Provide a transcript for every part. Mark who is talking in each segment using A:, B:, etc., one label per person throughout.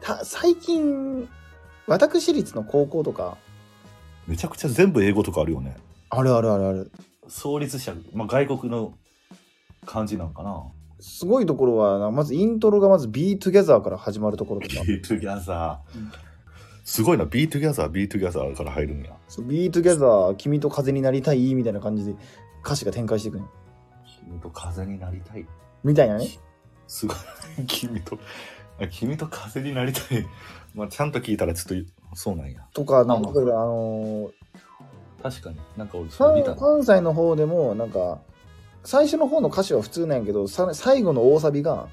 A: た最近私立の高校とか
B: めちゃくちゃ全部英語とかあるよね。
A: あるあるあるある
B: 創立者、まあ、外国の感じなんかな。
A: すごいところはなまずイントロがまず「BeTogether」から始まるところ とか
B: Be Together
A: うん。
B: すごいな、Be Together、Be Together から入るんや。
A: 「そう BeTogether 君と風になりたい」みたいな感じで歌詞が展開していくの
B: 君と風になりたい。
A: みたいなね
B: すごい。 君と、あ君と風になりたい。 まあ、ちゃんと聞いたらちょっと、そうなんや。
A: とかなん
B: あ
A: か例えばあのー
B: 確かに。なんか俺、それ見た
A: 関
B: な。
A: 関西の方でもなんか最初の方の歌詞は普通なんやけどさ最後の大サビが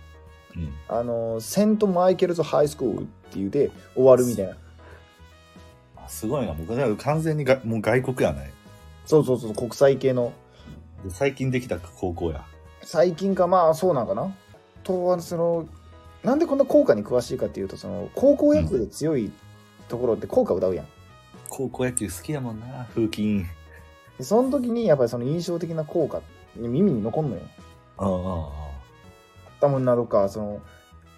B: うん。
A: あのー「セント・マイケルズ・ハイスクール」っていうで終わるみたいな
B: あすごいな。もうだから完全にがもう外国やない。
A: そうそうそう国際系の
B: で最近できた高校や。
A: 最近かまあそうなんかなとはそのなんでこんな効果に詳しいかっていうとその高校野球で強いところって効果歌うやん、
B: 高校野球好きやもんな、風紀委員。
A: でその時にやっぱりその印象的な効果耳に残んのよ
B: ああああ、
A: たもんなとかその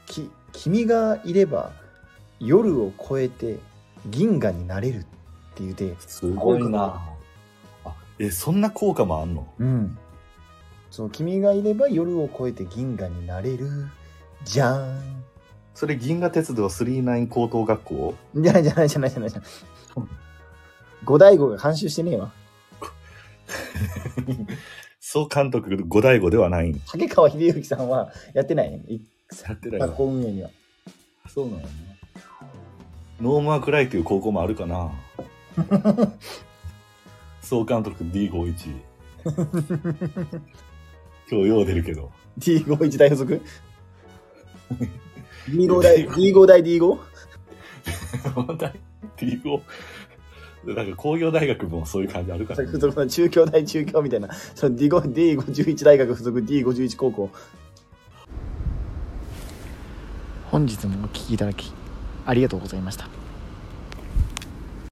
A: き君がいれば夜を越えて銀河になれるっていうで
B: すごいな。あ、え、そんな効果もあんの
A: うんそう君がいれば夜を越えて銀河になれるじゃーん
B: それ銀河鉄道39高等学校
A: じゃないじゃないじゃないじゃないじゃない五大悟が監修してねえわ
B: 総監督五大五ではないん
A: 竹川秀之さんはやってないね。い
B: やってない
A: 学校運営には。
B: そうなのね。ノーマークライという高校もあるか な総監督 D51。今日よう出るけ ど。
A: D51 大附 属 ?D5 大、D5 大 D5?
B: D5。なんか工業大学もそういう感じあるから、ね
A: 附。属の中京大中京みたいな。その D5、D51 大学附属 D51 高校。本日もお聞きいただき、ありがとうございました。